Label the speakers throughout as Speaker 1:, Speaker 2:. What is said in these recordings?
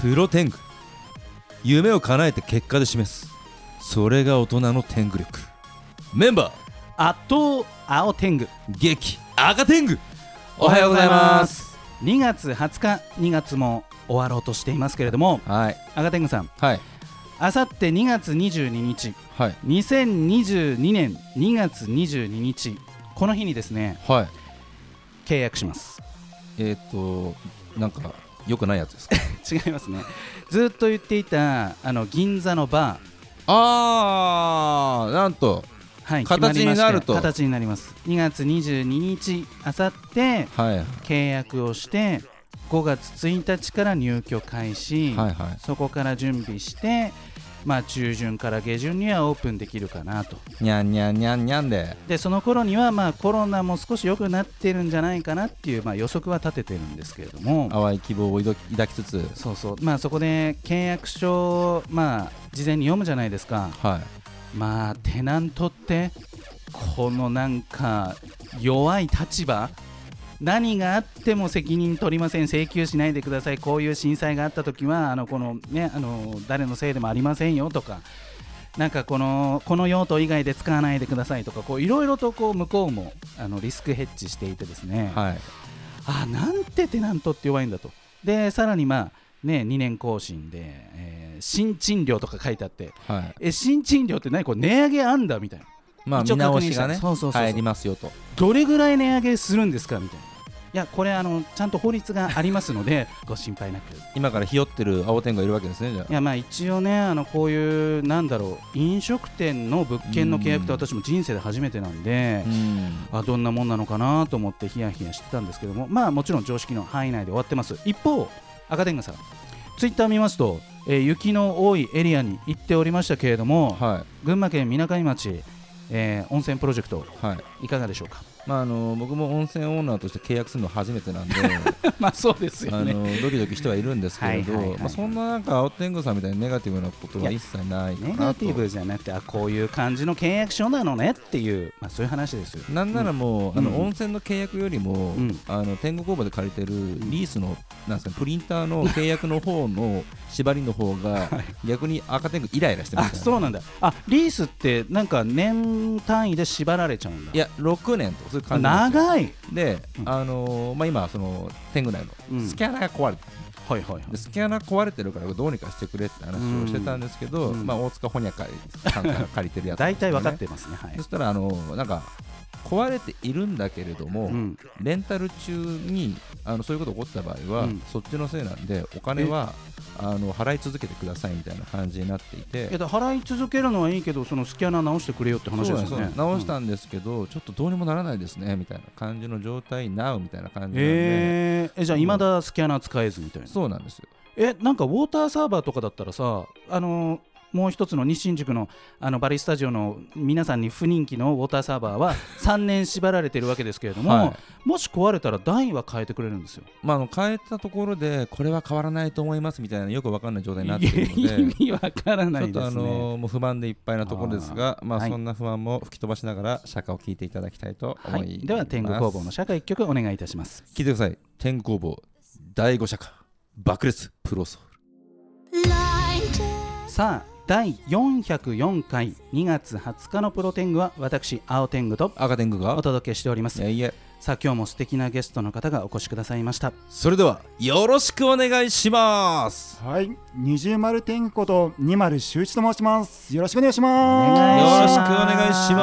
Speaker 1: プロ天狗夢を叶えて結果で示すそれが大人の天狗力メンバー
Speaker 2: 圧倒青天狗
Speaker 1: 激赤天狗おはようございます
Speaker 2: 2月20日2月も終わろうとしていますけれども
Speaker 1: はい
Speaker 2: 赤天狗さん
Speaker 1: はい
Speaker 2: あさって2月22日
Speaker 1: はい
Speaker 2: 2022年2月22日この日にですね
Speaker 1: はい
Speaker 2: 契約します
Speaker 1: えー、っとなんか良くないやつですか
Speaker 2: 違いますねずっと言っていたあの銀座のバ
Speaker 1: あーなんと
Speaker 2: ーはい
Speaker 1: 形になると
Speaker 2: 決まりまして形になります2月22日あさって
Speaker 1: はい
Speaker 2: 契約をして5月1日から入居開始、
Speaker 1: はいはい
Speaker 2: そこから準備して、まあ、中旬から下旬にはオープンできるかなと
Speaker 1: にゃんにゃんにゃんにゃんで
Speaker 2: でその頃にはまあコロナも少し良くなってるんじゃないかなっていう、まあ、予測は立ててるんですけれども
Speaker 1: 淡い希望を抱き抱きつつ
Speaker 2: そうそう、まあ、そこで契約書を、まあ、事前に読むじゃないですか
Speaker 1: はい
Speaker 2: まあテナントってこのなんか弱い立場何があっても責任取りません請求しないでくださいこういう震災があった時はあのこのねあの誰のせいでもありませんよとかなんかこのこの用途以外で使わないでくださいとかこういろいろとこう向こうもあのリスクヘッジしていてですね、
Speaker 1: はい
Speaker 2: あなんてテナントって弱いんだとでさらにまあね2年更新で、えー新賃料とか書いてあって
Speaker 1: はい
Speaker 2: え新賃料って何これ値上げあんだみたいな
Speaker 1: まあ
Speaker 2: 一応
Speaker 1: 見
Speaker 2: 確
Speaker 1: 直
Speaker 2: 認
Speaker 1: し
Speaker 2: した
Speaker 1: がね
Speaker 2: そうそうそうそう
Speaker 1: 入りますよと
Speaker 2: どれぐらい値上げするんですかみたいないやこれあのちゃんと法律がありますので ご心配なく
Speaker 1: 今からひよってる青天狗がいるわけですねじゃ
Speaker 2: いやまあ一応ねあのこういうなんだろう飲食店の物件の契約って私も人生で初めてなんで
Speaker 1: あうん
Speaker 2: あどんなもんなのかなと思ってヒヤヒヤしてたんですけどもまあもちろん常識の範囲内で終わってます一方赤天狗さんツイッター見ますと、えー雪の多いエリアに行っておりましたけれども、
Speaker 1: は
Speaker 2: 群馬県みなかみ町、えー温泉プロジェクト
Speaker 1: いはい
Speaker 2: いかがでしょうか
Speaker 1: まああの僕も温泉オーナーとして契約するの初めて なんで
Speaker 2: まあそうです
Speaker 1: あのドキドキしてはいるんですけれど
Speaker 2: はいはいはい
Speaker 1: まあそんななんか青天狗さんみたいにネガティブなことは一切ないか
Speaker 2: ネ
Speaker 1: な
Speaker 2: ガ
Speaker 1: と
Speaker 2: ティブじゃなくてあこういう感じの契約書なのねっていう、まあ、そういう話ですよ
Speaker 1: なんならもう、
Speaker 2: うん
Speaker 1: あの
Speaker 2: うん
Speaker 1: 温泉の契約よりも、
Speaker 2: ん
Speaker 1: あの天狗工場で借りてるリースのなんですかねプリンターの契約の方の縛りの方が逆に赤天狗イライラしてま
Speaker 2: あ
Speaker 1: した、ね
Speaker 2: そうなんだあリースってなんか年単位で縛られちゃうんだ
Speaker 1: いや6年とかそういう
Speaker 2: あ
Speaker 1: 感じなんですよ
Speaker 2: 長い
Speaker 1: で、
Speaker 2: うん
Speaker 1: あのーまあ、今その天狗内
Speaker 2: う
Speaker 1: の
Speaker 2: ん
Speaker 1: スキャナーが壊れてる、
Speaker 2: はいはいはい
Speaker 1: でスキャナー壊れてるからどうにかしてくれって話をしてたんですけど、
Speaker 2: うん
Speaker 1: まあ、大塚ほにゃかさんから借りてるやつ、
Speaker 2: 大体分かってますねはい
Speaker 1: そしたらあのーなんか壊れているんだけれども、
Speaker 2: うん
Speaker 1: レンタル中にあのそういうことが起こった場合は、
Speaker 2: うん
Speaker 1: そっちのせいなんでお金はあの払い続けてくださいみたいな感じになっていて
Speaker 2: いやだから払い続けるのはいいけどそのスキャナー直してくれよって話です
Speaker 1: そうなん
Speaker 2: よね
Speaker 1: です直したんですけど、ちょっとどうにもならないですねみたいな感じの状態なうみたいな感じなんで、
Speaker 2: えーえじゃあ
Speaker 1: うん
Speaker 2: いまだスキャナー使えずみたいな
Speaker 1: そうなんですよ
Speaker 2: えなんかウォーターサーバーとかだったらさあのーもう一つの日新宿のあのバリスタジオの皆さんに不人気のウォーターサーバー は3年縛られてるわけですけれども、
Speaker 1: はい
Speaker 2: もし壊れたら段位は変えてくれるんですよ。
Speaker 1: まあ、あの変えたところでこれは変わらないと思いますみたいなよくわかんない状態になっているの
Speaker 2: いや
Speaker 1: で
Speaker 2: 意。味わから
Speaker 1: ち
Speaker 2: な
Speaker 1: ょっ
Speaker 2: い
Speaker 1: と
Speaker 2: で
Speaker 1: あ
Speaker 2: すね。
Speaker 1: のーもう不満でいっぱいなところですがまあ
Speaker 2: はい
Speaker 1: そんな不安も吹き飛ばしながら釈迦を聞いていただきたいと思い
Speaker 2: は
Speaker 1: ます、
Speaker 2: い、では天狗工房の社会一曲お願いいたします。
Speaker 1: 聞いてください天工房第5社か爆裂プロソウル
Speaker 2: さあ第404回2月20日のプロ天狗は私青天狗と
Speaker 1: 赤天狗
Speaker 2: お
Speaker 1: が
Speaker 2: 届けしておりま
Speaker 1: い
Speaker 2: す。
Speaker 1: やいや
Speaker 2: さあ今日も素敵なゲストの方がお越しくださいました。
Speaker 1: それではよろしくお願いします
Speaker 3: はい、二重丸天狗こと二丸周一と申します。よろしくお願いし
Speaker 1: よろしくお願いし
Speaker 2: 願いします
Speaker 3: ます。よろしくお願いしま。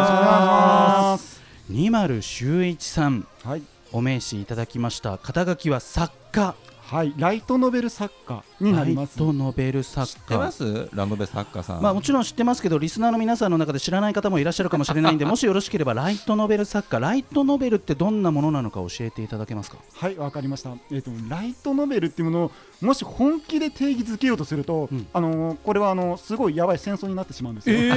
Speaker 1: ます
Speaker 2: 二丸修一さん
Speaker 3: はい、
Speaker 2: お名刺いただきました肩書きは作家
Speaker 3: はい、ライトノベル作家にな
Speaker 2: ラ
Speaker 3: り
Speaker 2: イ
Speaker 3: ます。
Speaker 2: トノベル作
Speaker 1: 知って
Speaker 2: 家
Speaker 1: ますラノベ作家さん、
Speaker 2: まあもちろん知ってますけどリスナーの皆さんの中で知らない方もいらっしゃるかもしれ ないんでもしよろしければライトノベル作家ライトノベルってどんなものなのか教えていただけますか
Speaker 3: はい、わかりました。えっ、と、ライトノベルっていうものを、もし本気で定義づけようとすると、
Speaker 2: うん
Speaker 3: あのーこれはあのーすごいやばい戦争になってしまうんですよ。
Speaker 2: え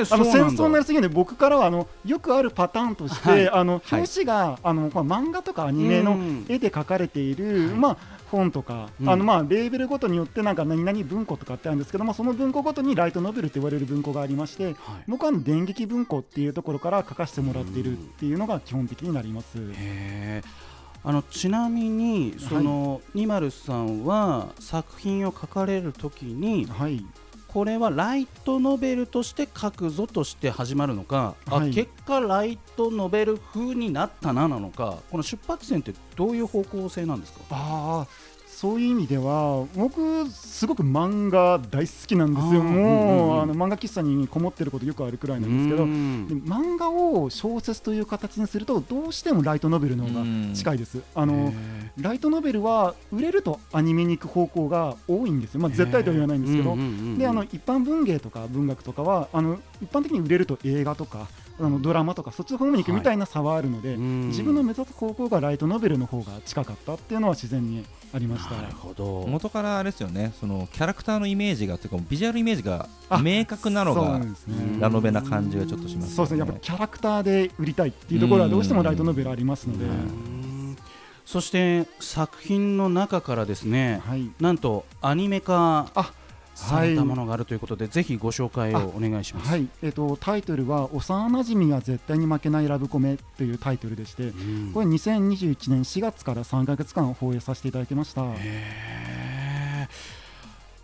Speaker 2: え
Speaker 3: あの戦争になりすぎるので僕からはあのよくあるパターンとして、
Speaker 2: はい
Speaker 3: あの表紙が、あのまあ漫画とかアニメ
Speaker 2: う
Speaker 3: の
Speaker 2: ん
Speaker 3: 絵で描かれている、まあ、本とか、
Speaker 2: うん
Speaker 3: あのまあレーベルごとによってなんか何々文庫とかってあるんですけど、まあ、その文庫ごとにライトノベルと言われる文庫がありまして、
Speaker 2: はい
Speaker 3: 僕はあの電撃文庫っていうところから書かせてもらっているっていうのが基本的になります。
Speaker 2: へえあのちなみにその、ニマルさんは作品を書かれるときに
Speaker 3: はい
Speaker 2: これはライトノベルとして書くぞとして始まるのか、
Speaker 3: は
Speaker 2: あ
Speaker 3: い
Speaker 2: 結果ライトノベル風になったななのかこの出発点ってどういう方向性なんですか
Speaker 3: ああそういう意味では僕すごく漫画大好きなんです
Speaker 2: あー
Speaker 3: よもう,、
Speaker 2: うんうんうん
Speaker 3: あの漫画喫茶にこもってることよくあるくらいなんですけどで
Speaker 2: で
Speaker 3: 漫画を小説という形にするとどうしてもライトノベルの方が近いですあのライトノベルは売れるとアニメに行く方向が多いんですよまあ絶対とは言わないんですけどであの一般文芸とか文学とかはあの一般的に売れると映画とかあのドラマとかそっちの方面に行くみたいな差はあるので、自分の目指す方向がライトノベルの方が近かったっていうのは自然にありました。
Speaker 2: なるほど
Speaker 1: 元からあれですよねそのキャラクターのイメージがというかビジュアルイメージが
Speaker 3: あ
Speaker 1: 明確なの
Speaker 3: そう
Speaker 1: が
Speaker 3: んですね
Speaker 2: うん
Speaker 1: ラノベな感じがちょっとします、
Speaker 3: そうですねやっぱキャラクターで売りたいっていうところはどうしてもライトノベルありますので、
Speaker 1: う
Speaker 2: うーんそして作品の中からですね、
Speaker 3: はい、
Speaker 2: なんとアニメ化
Speaker 3: あ
Speaker 2: され
Speaker 3: は
Speaker 2: た
Speaker 3: い
Speaker 2: ものがあるということで、ぜひご紹介をお願いします。
Speaker 3: はいえっとタイトルは「幼馴染は絶対に負けないラブコメ」というタイトルでして
Speaker 2: うん
Speaker 3: これ2021年4月から3ヶ月間放映させていただきました
Speaker 2: へ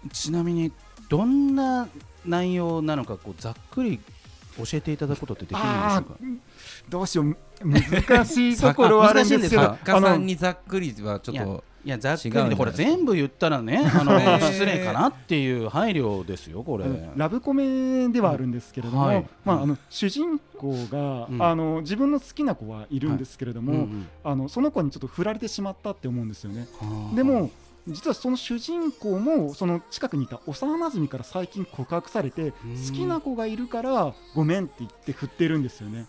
Speaker 2: ーちなみにどんな内容なのかこうざっくり教えていただくことってできるんでしょうか
Speaker 3: あ。ーどうしよう難しいところはあるんですけど
Speaker 2: 難しいん
Speaker 1: 作
Speaker 2: で
Speaker 1: 家さん
Speaker 3: あの
Speaker 1: にざっくりはちょっと
Speaker 2: いやざっくり
Speaker 1: 違うんじ
Speaker 2: で
Speaker 1: ゃ
Speaker 2: ほ
Speaker 1: な
Speaker 2: ら
Speaker 1: いですか
Speaker 2: 全部言ったらねあの
Speaker 1: ね
Speaker 2: 失礼かなっていう配慮ですよこれ。
Speaker 3: ラブコメではあるんですけれども、
Speaker 2: はい
Speaker 3: まあ、あの主人公が、
Speaker 2: うん
Speaker 3: あの自分の好きな子はいるんですけれども、あのその子にちょっと振られてしまったって思うんですよね。でも実はその主人公もその近くにいた幼馴染から最近告白されて好きな子がいるからごめんって言って振ってるんですよね。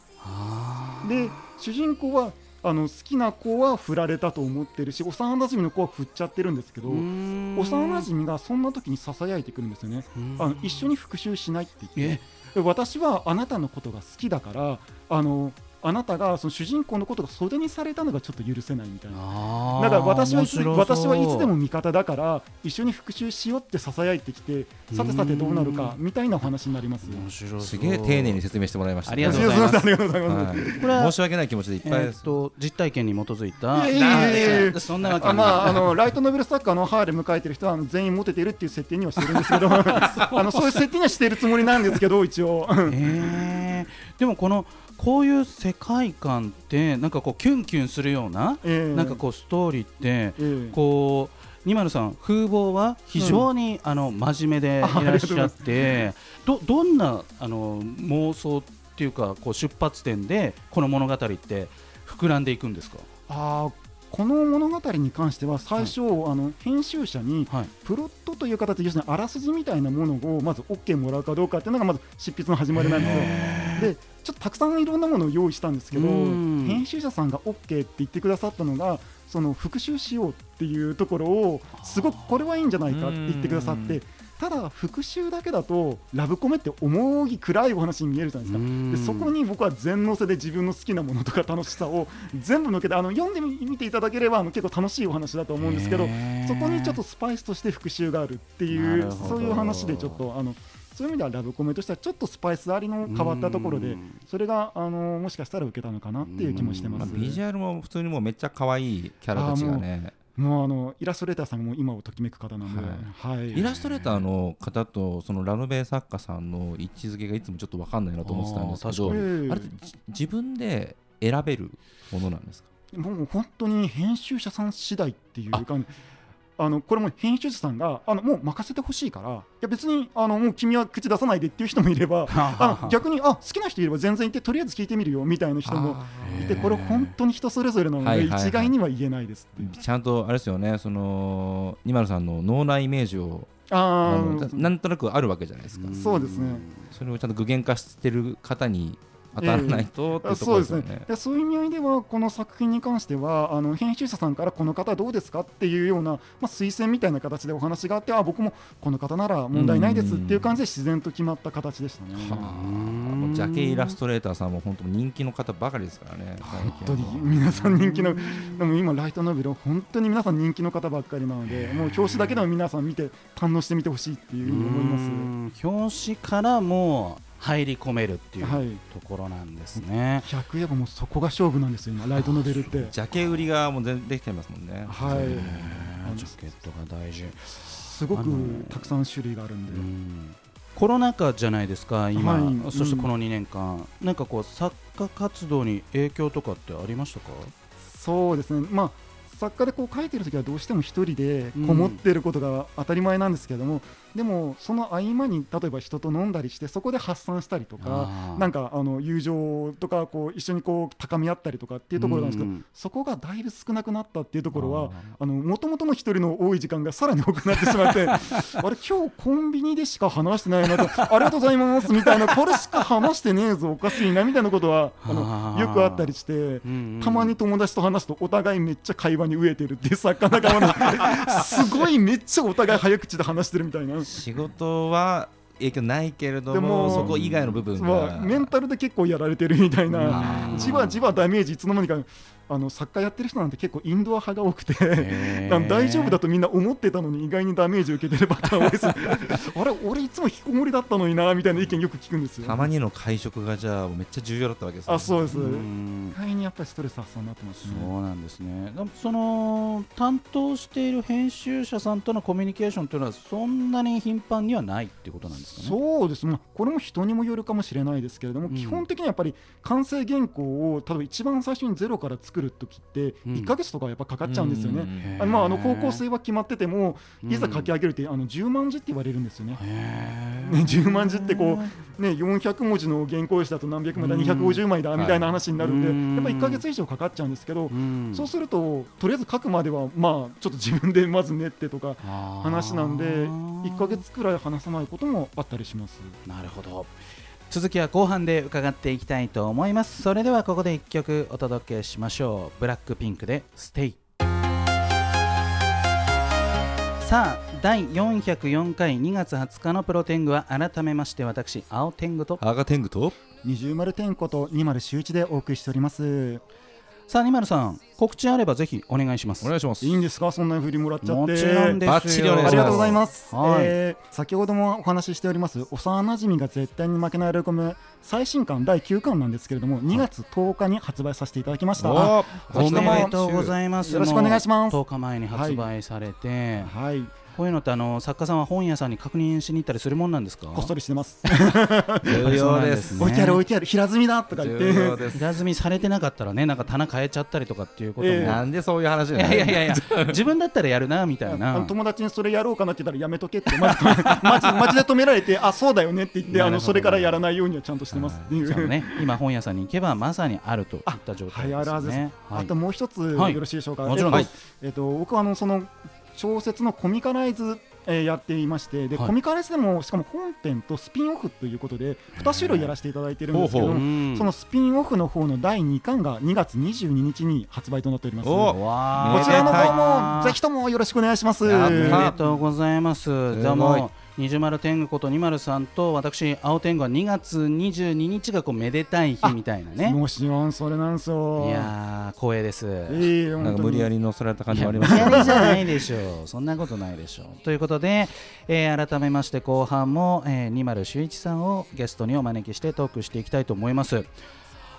Speaker 3: で主人公はあの好きな子は振られたと思ってるし幼馴染の子は振っちゃってるんですけど幼
Speaker 2: 幼
Speaker 3: 馴染がそんな時にささやいてくるんですよね。あの一緒に復讐しないって言って
Speaker 2: え
Speaker 3: 私はあなたのことが好きだからあのあなたがその主人公のことが袖にされたのがちょっと許せないみたいな。だから私はいつで私はいつでも味方だから一緒に復讐しようってささやいてきてさてさてどうなるかみたいなお話になります。
Speaker 2: 面白そう
Speaker 1: すげえ丁寧に説明してもらいました
Speaker 2: ありがとうござい
Speaker 3: す
Speaker 2: ま
Speaker 3: ますせんあ りがとうございます。
Speaker 1: はい
Speaker 2: これは
Speaker 1: 申し訳ない気持ちでいっぱい
Speaker 2: え
Speaker 1: で
Speaker 2: ーっ
Speaker 1: す、
Speaker 2: と実体験に基づいた
Speaker 3: いやいやいやいや
Speaker 2: なんでそんなわけな
Speaker 3: あ
Speaker 2: い
Speaker 3: まあ、あのライトノベル作家のハーレム書いてる人はあの全員モテてるっていう設定にはしてるんですけど あのそういう設定にはしてるつもりなんですけど一応
Speaker 2: えーでもこのこういう世界観ってなんかこうキュンキュンするような、
Speaker 3: ええ
Speaker 2: なんかこうストーリーって
Speaker 3: ええ
Speaker 2: こう二丸さん風貌は非常に、あの真面目でいらっしゃってどどんなあの妄想っていうかこう出発点でこの物語って膨らんでいくんですか、
Speaker 3: あーこの物語に関しては最初、あの編集者に
Speaker 2: はい、
Speaker 3: プロットという形で要するにあらすじみたいなものをまず OK もらうかどうかっていうのがまず執筆の始まりなんですよ。でちょっとたくさんいろんなものを用意したんですけど
Speaker 2: うん
Speaker 3: 編集者さんが OK って言ってくださったのがその復習しようっていうところをすごくこれはいいんじゃないかって言ってくださっ
Speaker 1: う
Speaker 3: てただ復習だけだとラブコメって重い暗いお話に見えるじゃないですか。でそこに僕は全能せで自分の好きなものとか楽しさを全部抜けてあの読んでみ見ていただければあの結構楽しいお話だと思うんですけどそこにち ょっとスパイスとして復讐があるってい
Speaker 2: なるほ
Speaker 3: う
Speaker 2: ど
Speaker 3: そういう話でちょっとあのそういう意味ではラブコメとしてはちょっとスパイスありの変わったところ
Speaker 2: う
Speaker 3: で
Speaker 2: ん
Speaker 3: それがあのもしかしたら受けたのかなっていう気もして
Speaker 1: ま
Speaker 3: ま
Speaker 1: あ
Speaker 3: す。
Speaker 1: ビジュアルも普通にもうめっちゃ可愛いキャラたちがね
Speaker 3: もうあのイラストレーターさんがもう今をときめく方なので、はい
Speaker 1: イラストレーターの方とそのラノベ作家さんの位置づけがいつもちょっと分かんないなと思ってたんですけ
Speaker 2: あ
Speaker 1: ど
Speaker 2: ー
Speaker 3: 確かに
Speaker 1: あれってじ自分で選べるものなんですか
Speaker 3: もう本当に編集者さん次第っていう感じ。あのこれも編集者さんがあのもう任せてほしいからいや別にあのもう君は口出さないでっていう人もい ればあの逆にあ好きな人いれば全然いてとりあえず聞いてみるよみたいな人も
Speaker 1: あー
Speaker 3: でこれ本当に人それぞれなの
Speaker 1: はい
Speaker 3: で
Speaker 1: はいはい
Speaker 3: 一概には言えないですっていう。
Speaker 1: ちゃんとあれですよねその二丸さんの脳内イメージをあ
Speaker 3: あ
Speaker 1: の
Speaker 3: ー
Speaker 1: なんとなくあるわけじゃないですか
Speaker 3: そうですね
Speaker 1: それをちゃんと具現化してる方に当たらないとっていうとこ
Speaker 3: そ
Speaker 1: ろ
Speaker 3: う
Speaker 1: で
Speaker 3: ですす
Speaker 1: よ
Speaker 3: ね
Speaker 1: ね。
Speaker 3: でそういう意味合いではこの作品に関してはあの編集者さんからこの方どうですかっていうような、まあ、推薦みたいな形でお話があってあ僕もこの方なら問題ないですっていう感じで自然と決まった形でしたね。
Speaker 1: はあもうジャケイラストレーターさんも本当に人気の方ばかりですからね。
Speaker 3: 本当に皆さん人気のでも今ライトノベルは本当に皆さん人気の方ばっかりなのでもう表紙だけでも皆さん見て堪能してみてほしいっていうふうに思います。
Speaker 2: 表紙からもう入り込めるっていう
Speaker 3: はい
Speaker 2: ところなんですね。
Speaker 3: 100やっぱもうそこが勝負なんですよ今ライトノベルって
Speaker 1: ジャケ売りがもう全できてますもんね
Speaker 3: はい
Speaker 2: へージャケットが大事、
Speaker 3: すご
Speaker 2: あ
Speaker 3: く
Speaker 2: の
Speaker 3: たくさん種類があるんで、
Speaker 2: うんコロナ禍じゃないですか今、
Speaker 3: はい
Speaker 2: そして
Speaker 3: うん
Speaker 2: この2年間、なんかこう作家活動に影響とかってありましたか
Speaker 3: そうですねまあ作家でこう書いてる時はどうしても一人でこもってることが当たり前なんですけれども、でもその合間に例えば人と飲んだりしてそこで発散したりとか
Speaker 2: あー
Speaker 3: なんかあの友情とかこう一緒にこう高め合ったりとかっていうところなんですけど、そこがだいぶ少なくなったっていうところはあの元々の一人の多い時間がさらに多くなってしまって あれ今日コンビニでしか話してないなとありがとうございますみたいなこれしか話してねえぞおかしいなみたいなことはあ
Speaker 2: あ
Speaker 3: の
Speaker 2: ー
Speaker 3: よくあったりして。
Speaker 2: うんうん
Speaker 3: たまに友達と話すとお互いめっちゃ会話に飢えてるっていう作家仲間な んですごいめっちゃお互い早口で話してるみたいな
Speaker 1: 仕事は影響ないけれど
Speaker 3: で
Speaker 1: も
Speaker 3: も
Speaker 1: そこ以外の部分
Speaker 3: ま
Speaker 1: が
Speaker 3: あメンタルで結構やられてるみたいな
Speaker 2: あー
Speaker 3: じわじわダメージいつの間にかあの作家やってる人なんて結構インドア派が多くて、
Speaker 2: へー
Speaker 3: なん大丈夫だとみんな思ってたのに意外にダメージ受けてるパターン多いです あれ俺いつも引きこもりだったのになみたいな意見よく聞くんですよ
Speaker 1: たまにの会食がじゃあめっちゃ重要だったわけですね
Speaker 3: あそうです、
Speaker 2: うん
Speaker 3: 意外にやっぱりストレス発散になってます
Speaker 2: そ
Speaker 3: ね
Speaker 2: うなんですね。でもその担当している編集者さんとのコミュニケーションというのはそんなに頻繁にはないっていうことなんですかね。
Speaker 3: そうですね、まあこれも人にもよるかもしれないですけれども、
Speaker 2: うん
Speaker 3: 基本的にはやっぱり完成原稿を、例えば一番最初にゼロから作るときって、
Speaker 2: うん
Speaker 3: 1か月とかはやっぱかかっちゃうんですよね。
Speaker 1: ね
Speaker 3: あ
Speaker 2: へー
Speaker 3: まあ、あの高校生は決まってても、いざ書き
Speaker 2: 上
Speaker 3: 上げるって、あの10万字って言われるんですよね。
Speaker 2: げ、へー
Speaker 3: ね、10万字ってこう、ね、400文字の原稿用紙だと何百枚だ、
Speaker 2: うん
Speaker 3: 250枚だみたいな話になるんで、
Speaker 2: はい
Speaker 3: やっぱ1か月以上かかっちゃうんですけど、
Speaker 2: うん
Speaker 3: そうすると、とりあえず書くまでは、まあ、ちょっと自分でまず練ってとか、
Speaker 2: あー
Speaker 3: 話なんで、1か月くらい話さないこともあったりします。
Speaker 2: なるほど。続きは後半で伺っていきたいと思います。それではここで一曲お届けしましょう。ブラックピンクでステイ。さあ第404回2月20日のプロテングは改めまして私青天狗と
Speaker 1: 赤天狗と
Speaker 3: 二重丸天子と二丸周一でお送りしております。
Speaker 2: さあ二丸さん告知あればぜひお願いします
Speaker 1: お願いします
Speaker 3: いいんですか、そんな振りもらっちゃって。
Speaker 2: もちろんですよ
Speaker 1: バッチリお願
Speaker 3: ありがとうござい
Speaker 1: す
Speaker 3: ます、
Speaker 2: はい
Speaker 3: えー先ほどもお話ししております幼馴染が絶対に負けないロコム最新刊第9巻なんですけれども2月10日に発売させていただきました、は
Speaker 1: お
Speaker 2: お
Speaker 3: お
Speaker 2: め
Speaker 3: め
Speaker 2: で
Speaker 3: で
Speaker 2: とうご
Speaker 1: い
Speaker 2: ざいます
Speaker 3: よろしくお願いします
Speaker 2: 10日前に発売されて、
Speaker 3: い
Speaker 2: こういうのってあの作家さんは本屋さんに確認しに行ったりするもんなんですか
Speaker 3: こっそりしてます
Speaker 1: ます重要です
Speaker 2: ね
Speaker 3: 置いてある置いてある平積みだとか言って
Speaker 1: 重要です
Speaker 2: 裏積みされてなかったらねなんか棚変えちゃったりとかっていうことも、
Speaker 3: ええ
Speaker 1: なんでそういう話
Speaker 2: い
Speaker 1: な
Speaker 2: や
Speaker 1: の
Speaker 2: いやいやいや自分だったらやるなみたい
Speaker 3: あ
Speaker 2: な
Speaker 3: の友達にそれやろうかなって言ったらやめとけって マジマジマジで止められてあそうだよねって言って
Speaker 2: な
Speaker 3: あ
Speaker 2: る
Speaker 3: の
Speaker 2: ほど
Speaker 3: それからやらないようにはちゃんとしてますってい
Speaker 2: じゃあ
Speaker 3: う。
Speaker 2: ね今本屋さんに行けばまさにあるといった状態
Speaker 3: は
Speaker 2: ですね
Speaker 3: い、あるはずです、
Speaker 2: はい
Speaker 3: あともう一つよ
Speaker 2: はい
Speaker 3: ろしいでしょうか、
Speaker 2: もちろん
Speaker 3: えっと
Speaker 2: です
Speaker 3: えっと僕はあのその小説のコミカライズえーやっていましてで、
Speaker 2: はい
Speaker 3: コミカライズでもしかも本編とスピンオフということで2種類やらせていただいてるんですけ
Speaker 1: ほ
Speaker 3: ど
Speaker 1: うほ
Speaker 2: うん
Speaker 3: そのスピンオフの方の第2巻が2月22日に発売となっております
Speaker 1: お
Speaker 3: こ
Speaker 2: わ
Speaker 1: ー
Speaker 2: あ
Speaker 3: ちらの方もぜひともよろしくお願いします
Speaker 1: やっ
Speaker 2: お
Speaker 1: た
Speaker 2: めでとうございます。
Speaker 1: い
Speaker 2: じゃあもう二重丸天狗こと二丸さんと私青天狗は2月22日がこうめでたい日みたいなね。
Speaker 3: もちろんそれなんですよ
Speaker 2: いやー光栄です。
Speaker 3: えー本当
Speaker 1: なん
Speaker 3: に
Speaker 1: か無理やり乗せられた感
Speaker 2: い
Speaker 1: じも
Speaker 2: や
Speaker 1: あり
Speaker 2: 無
Speaker 1: ま
Speaker 2: 理
Speaker 1: すけ
Speaker 2: や
Speaker 1: ど
Speaker 2: りじゃないでしょう。そんなことないでしょう。ということで、えー改めまして後半も、えー、二丸修一さんをゲストにお招きしてトークしていきたいと思います。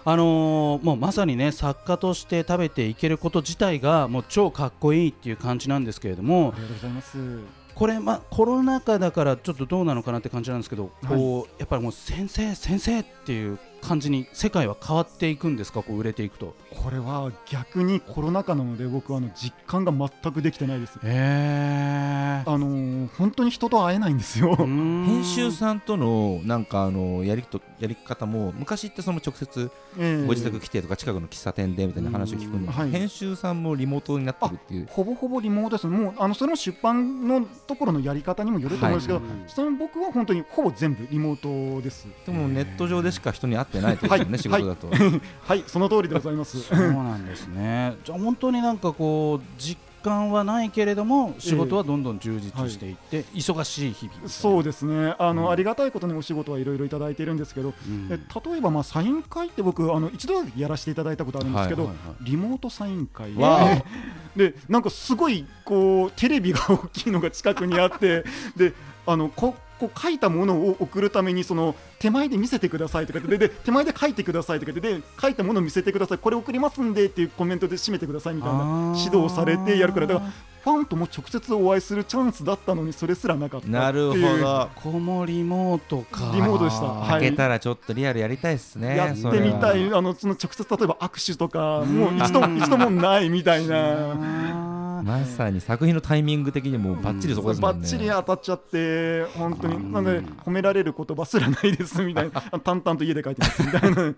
Speaker 2: あのーもうまさにね作家として食べていけること自体がもう超かっこいいっていう感じなんですけれども、
Speaker 3: ありがとうございます
Speaker 2: これ、まあ、コロナ禍だからちょっとどうなのかなって感じなんですけど、こうやっぱりもう先生、先生っていう感じに世界は変わっていくんですか、こう売れていくと。
Speaker 3: これは逆にコロナ禍なので僕はあの実感が全くできてないです
Speaker 2: え
Speaker 3: あのー本当に人と会えないんですよ。
Speaker 1: 編
Speaker 2: 編
Speaker 1: 集さんとのなんかあのやりとやり方も昔ってその直接
Speaker 3: ええ
Speaker 1: ご自宅来てとか近くの喫茶店でみたいな話を聞く
Speaker 2: うん
Speaker 1: の、
Speaker 3: はい
Speaker 1: 編集さんもリモートになってるっていう
Speaker 3: ほぼほぼリモートです。もうあのそれも出版のところのやり方にもよると思うんですけど、ちなみに僕は本当にほぼ全部リモートです。
Speaker 1: でもネット上でしか人に会ってないってことですよね、
Speaker 3: はい
Speaker 1: 仕事だと、
Speaker 3: はい、その通りでございます。
Speaker 2: そうなんですね、 じゃあ本当になんかこう、実感はないけれども、仕事はどんどん充実していって、忙しい日々みたいな、
Speaker 3: そうですね。あ
Speaker 2: う
Speaker 3: の、
Speaker 2: ん
Speaker 3: ありがたいことにお仕事はいろいろいただいてるんですけど、
Speaker 2: うん
Speaker 3: え例えばまあサイン会って僕あの一度やらせていただいたことあるんですけど、
Speaker 1: はい
Speaker 3: リモートサイン会
Speaker 1: わあ
Speaker 3: で なんかすごいこうテレビが大きいのが近くにあってであのここう書いたものを送るためにその手前で見せてくださいとかでで手前で書いてくださいとかでで書いたものを見せてくださいこれ送りますんでっていうコメントで締めてくださいみたいな指導をされてやるからだからファンとも直接お会いするチャンスだったのにそれすらなかったっていう
Speaker 1: なるほど
Speaker 2: ここもリモートか
Speaker 3: リモートでした
Speaker 1: 開
Speaker 3: はい
Speaker 1: けたらちょっとリアルやりたいっすね
Speaker 3: やって
Speaker 1: それ
Speaker 3: み
Speaker 1: は
Speaker 3: たいあのその直接例えば握手とかもう一度
Speaker 2: うん
Speaker 3: 一度もないみた いな。
Speaker 2: あー
Speaker 1: まさに作品のタイミング的にもうバッチリそこですも
Speaker 3: バ
Speaker 1: んね
Speaker 3: ッチリ当たっちゃって本当
Speaker 2: う
Speaker 3: に
Speaker 2: ん
Speaker 3: なので褒められる言葉すらないですみたいな 淡々と家で書いてますみたいな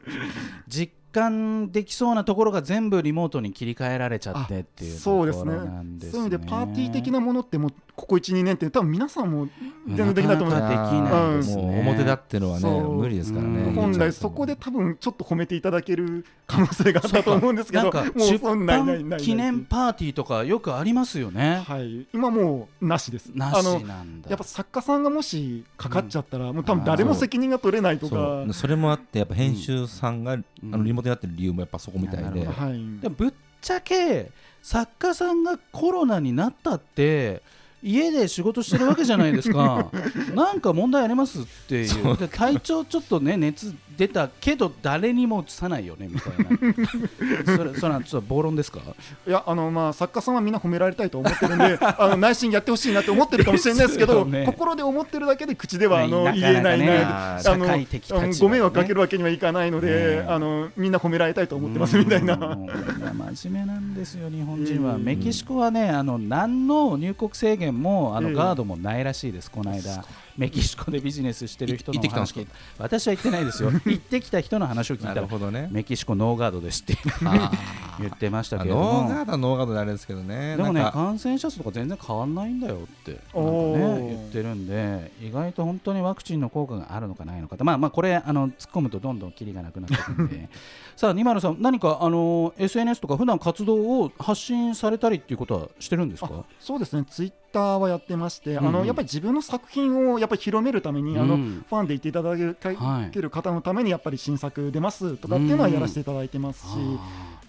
Speaker 2: 実感できそうなところが全部リモートに切り替えられちゃってっていうとこ
Speaker 3: そう
Speaker 2: ろ
Speaker 3: ですね
Speaker 2: なんですね
Speaker 3: そういう意味でパーティー的なものってもうここ12年って多分皆さんも全然できないと思う
Speaker 2: なかなかできないですね
Speaker 1: もう表だってのはね
Speaker 3: そう
Speaker 1: 無理ですから
Speaker 2: う
Speaker 1: ね
Speaker 2: ん
Speaker 3: 本来そこで多分ちょっと褒めていただける可能性があったと思うんですけ
Speaker 2: なん
Speaker 3: ど
Speaker 2: か
Speaker 3: も
Speaker 2: 出
Speaker 3: うそんないないないな
Speaker 2: 版
Speaker 3: い
Speaker 2: 記念パーティーとかよくありますよね。
Speaker 3: はい今もうなしです
Speaker 2: な
Speaker 3: あ
Speaker 2: し
Speaker 3: の
Speaker 2: なんだ。
Speaker 3: やっぱ作家さんがもしかかっちゃったら、もう多分誰も責任が取れないとか
Speaker 1: そうそれもあってやっぱ編集さんが、あのリモートになってる理由もやっぱそこみたい
Speaker 2: なる
Speaker 1: で
Speaker 2: ほど
Speaker 3: はい
Speaker 2: でもぶっちゃけ作家さんがコロナになったって家で仕事してるわけじゃないで すかなんか問題ありますっていうで体調ちょっとね熱出たけど誰にもうつさないよねみたいなそれそれはちょっと暴論ですか
Speaker 3: いやあのまあ作家さんはみんな褒められたいと思ってるんで あの内心やってほしいなって思ってるかもしれないですけ
Speaker 2: ですよ
Speaker 3: ど
Speaker 2: ね
Speaker 3: 心で思ってるだけで口ではあの
Speaker 2: な
Speaker 3: 言
Speaker 2: いなかな
Speaker 3: え
Speaker 2: か
Speaker 3: ない
Speaker 2: ね
Speaker 3: な
Speaker 2: 社
Speaker 3: あの
Speaker 2: 会的立場でね
Speaker 3: あのご迷惑かけるわけにはいかないので、
Speaker 1: ね
Speaker 3: あのみんな褒められたいと思ってますみたいな、
Speaker 2: うん真面目なんですよ日本人は
Speaker 3: うん
Speaker 2: メキシコはねあの何の入国制限もあの
Speaker 3: ええ
Speaker 2: ガードもないらしいですこの間メキシコでビジネスしてる人の
Speaker 1: い行ってきたんですか
Speaker 2: お話聞い私は行ってない ですよ行ってきた人の話を聞い
Speaker 1: な
Speaker 2: た
Speaker 1: る
Speaker 2: ら
Speaker 1: ほどね
Speaker 2: メキシコノーガードですって
Speaker 1: あ
Speaker 2: 言ってました
Speaker 1: ー
Speaker 2: けれど
Speaker 1: ノーガー
Speaker 2: も
Speaker 1: ドはノーガードであれですけどね
Speaker 2: でもね
Speaker 1: なんか
Speaker 2: 感染者数とか全然変わんないんだよってなんか
Speaker 3: お
Speaker 2: ね
Speaker 3: ー
Speaker 2: 言ってるんで意外と本当にワクチンの効果があるのかないのかってまあまあこれあの突っ込むとどんどんキリがなくなってくるん でさあ二丸さん何かあの SNS とか普段活動を発信されたりっていうことはしてるんですか
Speaker 3: あそうですねツイッターはやってまして、
Speaker 2: うんうん
Speaker 3: あのやっぱり自分の作品をやっぱり広めるために、あ
Speaker 2: う
Speaker 3: の
Speaker 2: ん
Speaker 3: ファンでいていただける,、
Speaker 2: はい
Speaker 3: 方のためにやっぱり新作出ますとかっていうのはやらせていただいてますし、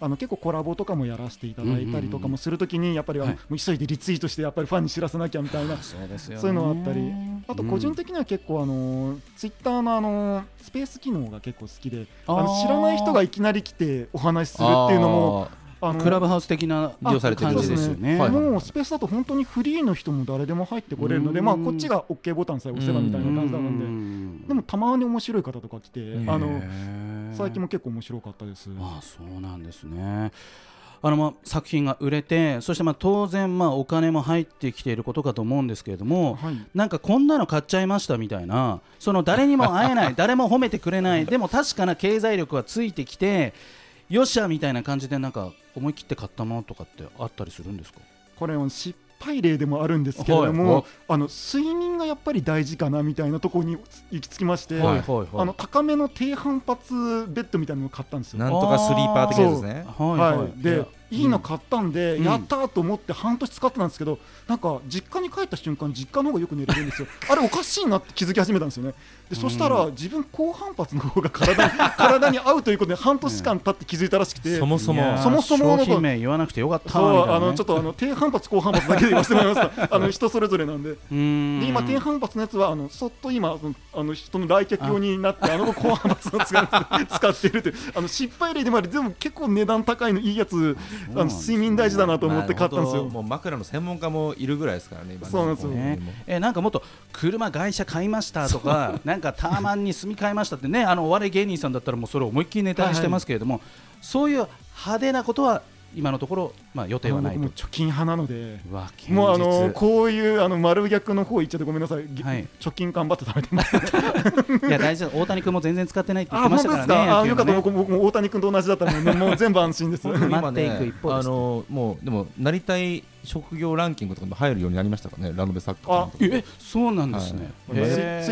Speaker 2: あ
Speaker 3: あの結構コラボとかもやらせていただいたりとかもするときにやっぱりあの、
Speaker 2: はい
Speaker 3: もう急いでリツイートしてやっぱりファンに知らせなきゃみた いな
Speaker 2: ーそうですよね
Speaker 3: そういうのあったりあと個人的には結構あのツイッターのあのスペース機能が結構好きであの知らない人がいきなり来てお話しするっていうのも
Speaker 1: あー
Speaker 3: あの
Speaker 2: クラブハウス的な
Speaker 1: 利用されてる
Speaker 2: 感じ
Speaker 3: そ
Speaker 2: で
Speaker 3: うですす
Speaker 2: よ
Speaker 3: ね
Speaker 2: ね
Speaker 1: はい
Speaker 3: もうスペースだと本当にフリーの人も誰でも入ってこれるので
Speaker 2: うん
Speaker 3: まあこっちが OK ボタンさえ押せばみたいな感じなの
Speaker 2: で
Speaker 3: ででもたまに面白い方とか来てあの最近
Speaker 2: も
Speaker 3: も結構面白かったです。
Speaker 2: ああそうなんですねあのまあ作品が売れてそしてまあ当然まあお金も入ってきていることかと思うんですけれども
Speaker 3: はい
Speaker 2: なんかこんなの買っちゃいましたみたいなその誰にも会えない 誰も褒めてくれないでも確かな経済力はついてきてよっしゃみたいな感じでなんか思い切って買ったものとかってあったりするんですか
Speaker 3: これは失敗例でもあるんですけれども、
Speaker 1: はい
Speaker 3: あの睡眠がやっぱり大事かなみたいなところに行き着きまして、
Speaker 1: はい
Speaker 2: はい
Speaker 3: あの高めの低反発ベッドみたいなのを買ったんです
Speaker 1: な
Speaker 3: よ。
Speaker 1: んとかスリーパー的なやつですね
Speaker 2: はい
Speaker 3: はい
Speaker 2: はい
Speaker 3: でいいの買ったんで、
Speaker 2: うん
Speaker 3: やったーと思って半年使ってたんですけど、なんか実家に帰った瞬間実家の方がよく寝れるん ですよあれおかしいなって気づき始めたんですよねでそしたら自分高反発の方 が体に体に合うということで半年間経って気づいたらしくて、
Speaker 1: そもそ
Speaker 2: いや
Speaker 1: も
Speaker 2: ー
Speaker 3: そもそもの
Speaker 2: 商品名言わなくてよかった
Speaker 3: そう
Speaker 2: わみたいな
Speaker 3: あ
Speaker 2: ね
Speaker 3: のちょっとあの低反発高反発だけで言わせてもらいましたあの人それぞれなんで
Speaker 2: うーん
Speaker 3: で今低反発のやつはあのそっと今そのあの人の来客用になってあの高反発を使う 使ってるってあの失敗例でもありでも結構値段高いのいいやつあ
Speaker 2: そうなん
Speaker 3: の
Speaker 2: ですね
Speaker 3: 睡眠大事だなと思って買ったんです
Speaker 1: まあ本当
Speaker 3: よ。
Speaker 1: もう枕の専門家もいるぐらいですからね今ね
Speaker 3: そうなんですよ
Speaker 2: ね
Speaker 1: もう、
Speaker 2: えーなんかもっと車会社買いましたとかなんかターマンに住み替えましたってねあのお笑い芸人さんだったらもうそれを思いっきりネタにしてますけれども、そういう派手なことは今のところ、まあ、予定はない
Speaker 3: 僕も
Speaker 2: と
Speaker 3: う。貯金派なので
Speaker 2: うわ堅実
Speaker 3: もうあのこういうあの丸逆の方行っちゃってごめんなさい、げ
Speaker 2: はい
Speaker 3: 貯金頑張って食べてます。
Speaker 2: いや大事だ大谷君も全然使ってないって 言っ
Speaker 3: あ
Speaker 2: てま
Speaker 3: 本
Speaker 2: した
Speaker 3: 当
Speaker 2: か
Speaker 3: で
Speaker 2: ら
Speaker 3: す
Speaker 2: ね
Speaker 3: か。
Speaker 2: 野
Speaker 3: あよ
Speaker 2: 球
Speaker 3: か
Speaker 2: はね
Speaker 3: った僕も僕も大谷君と同じだったのでもう全部安心です。
Speaker 1: 本当に今ね
Speaker 2: 待っていく一方です
Speaker 1: あのもうでもなりたい職業ランキングとかも入るようになりましたからねラノベ作家さんとか
Speaker 2: えそうなんですね、
Speaker 3: ツイツイ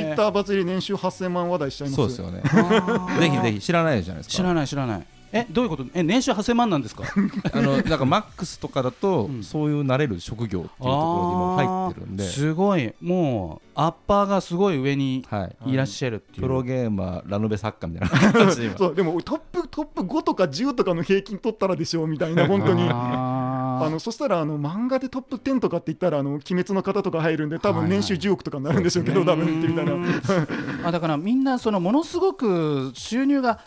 Speaker 3: ッ
Speaker 2: ー
Speaker 3: ターバズり年収8000万話題しちゃいます。
Speaker 1: そうですよね
Speaker 2: あー
Speaker 1: ぜひぜひ知らないじゃないです
Speaker 2: 知
Speaker 1: から
Speaker 2: ない知らないえどういうことえ年収8000万なんですか
Speaker 1: あのなんかマックスとかだと、
Speaker 2: うん
Speaker 1: そういうなれる職業っていうところにも入ってるんで
Speaker 2: あー、すごいもうアッパーがすごい上に
Speaker 1: はい、
Speaker 2: いらっしゃるっていう、
Speaker 1: プロゲーマーラノベ作家みたいな 感じで今
Speaker 3: そうでもトップトップ5とか10とかの平均取ったらでしょうみたいな本当に
Speaker 2: あな
Speaker 3: あのそしたらあの漫画でトップ10とかって言ったら「あの鬼滅の方」とか入るんで多
Speaker 2: はい
Speaker 3: 分
Speaker 2: はい
Speaker 3: 年収10億とかになるんでしょうけど、
Speaker 2: そうで
Speaker 3: 多
Speaker 2: すね
Speaker 3: 分ってみたいな。
Speaker 2: あだからみんなそのものすごく収入が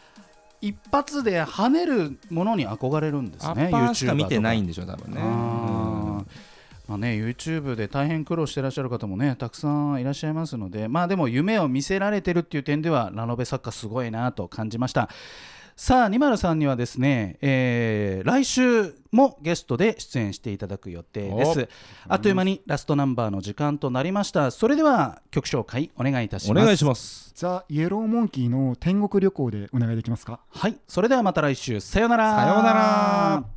Speaker 2: 一発で跳ねるものに憧れるんです
Speaker 1: ア
Speaker 2: ね
Speaker 1: ッパーしか
Speaker 2: YouTuber
Speaker 1: 見てないん
Speaker 2: で
Speaker 1: でしょ多分
Speaker 2: す
Speaker 1: ね
Speaker 2: まあね、YouTube で大変苦労してらっしゃる方もねたくさんいらっしゃいますのでまあでも夢を見せられてるっていう点ではラノベ作家すごいなと感じましたさあ203にはですね、えー来週もゲストで出演していただく予定ですあっという間にラストナンバーの時間となりましたそれでは曲紹介お願いいたし
Speaker 1: お
Speaker 2: ます
Speaker 1: 願いします
Speaker 3: ザ・イエローモンキーの天国旅行でお願いできますか
Speaker 2: はい、それではまた来週さようなら。
Speaker 1: さようなら。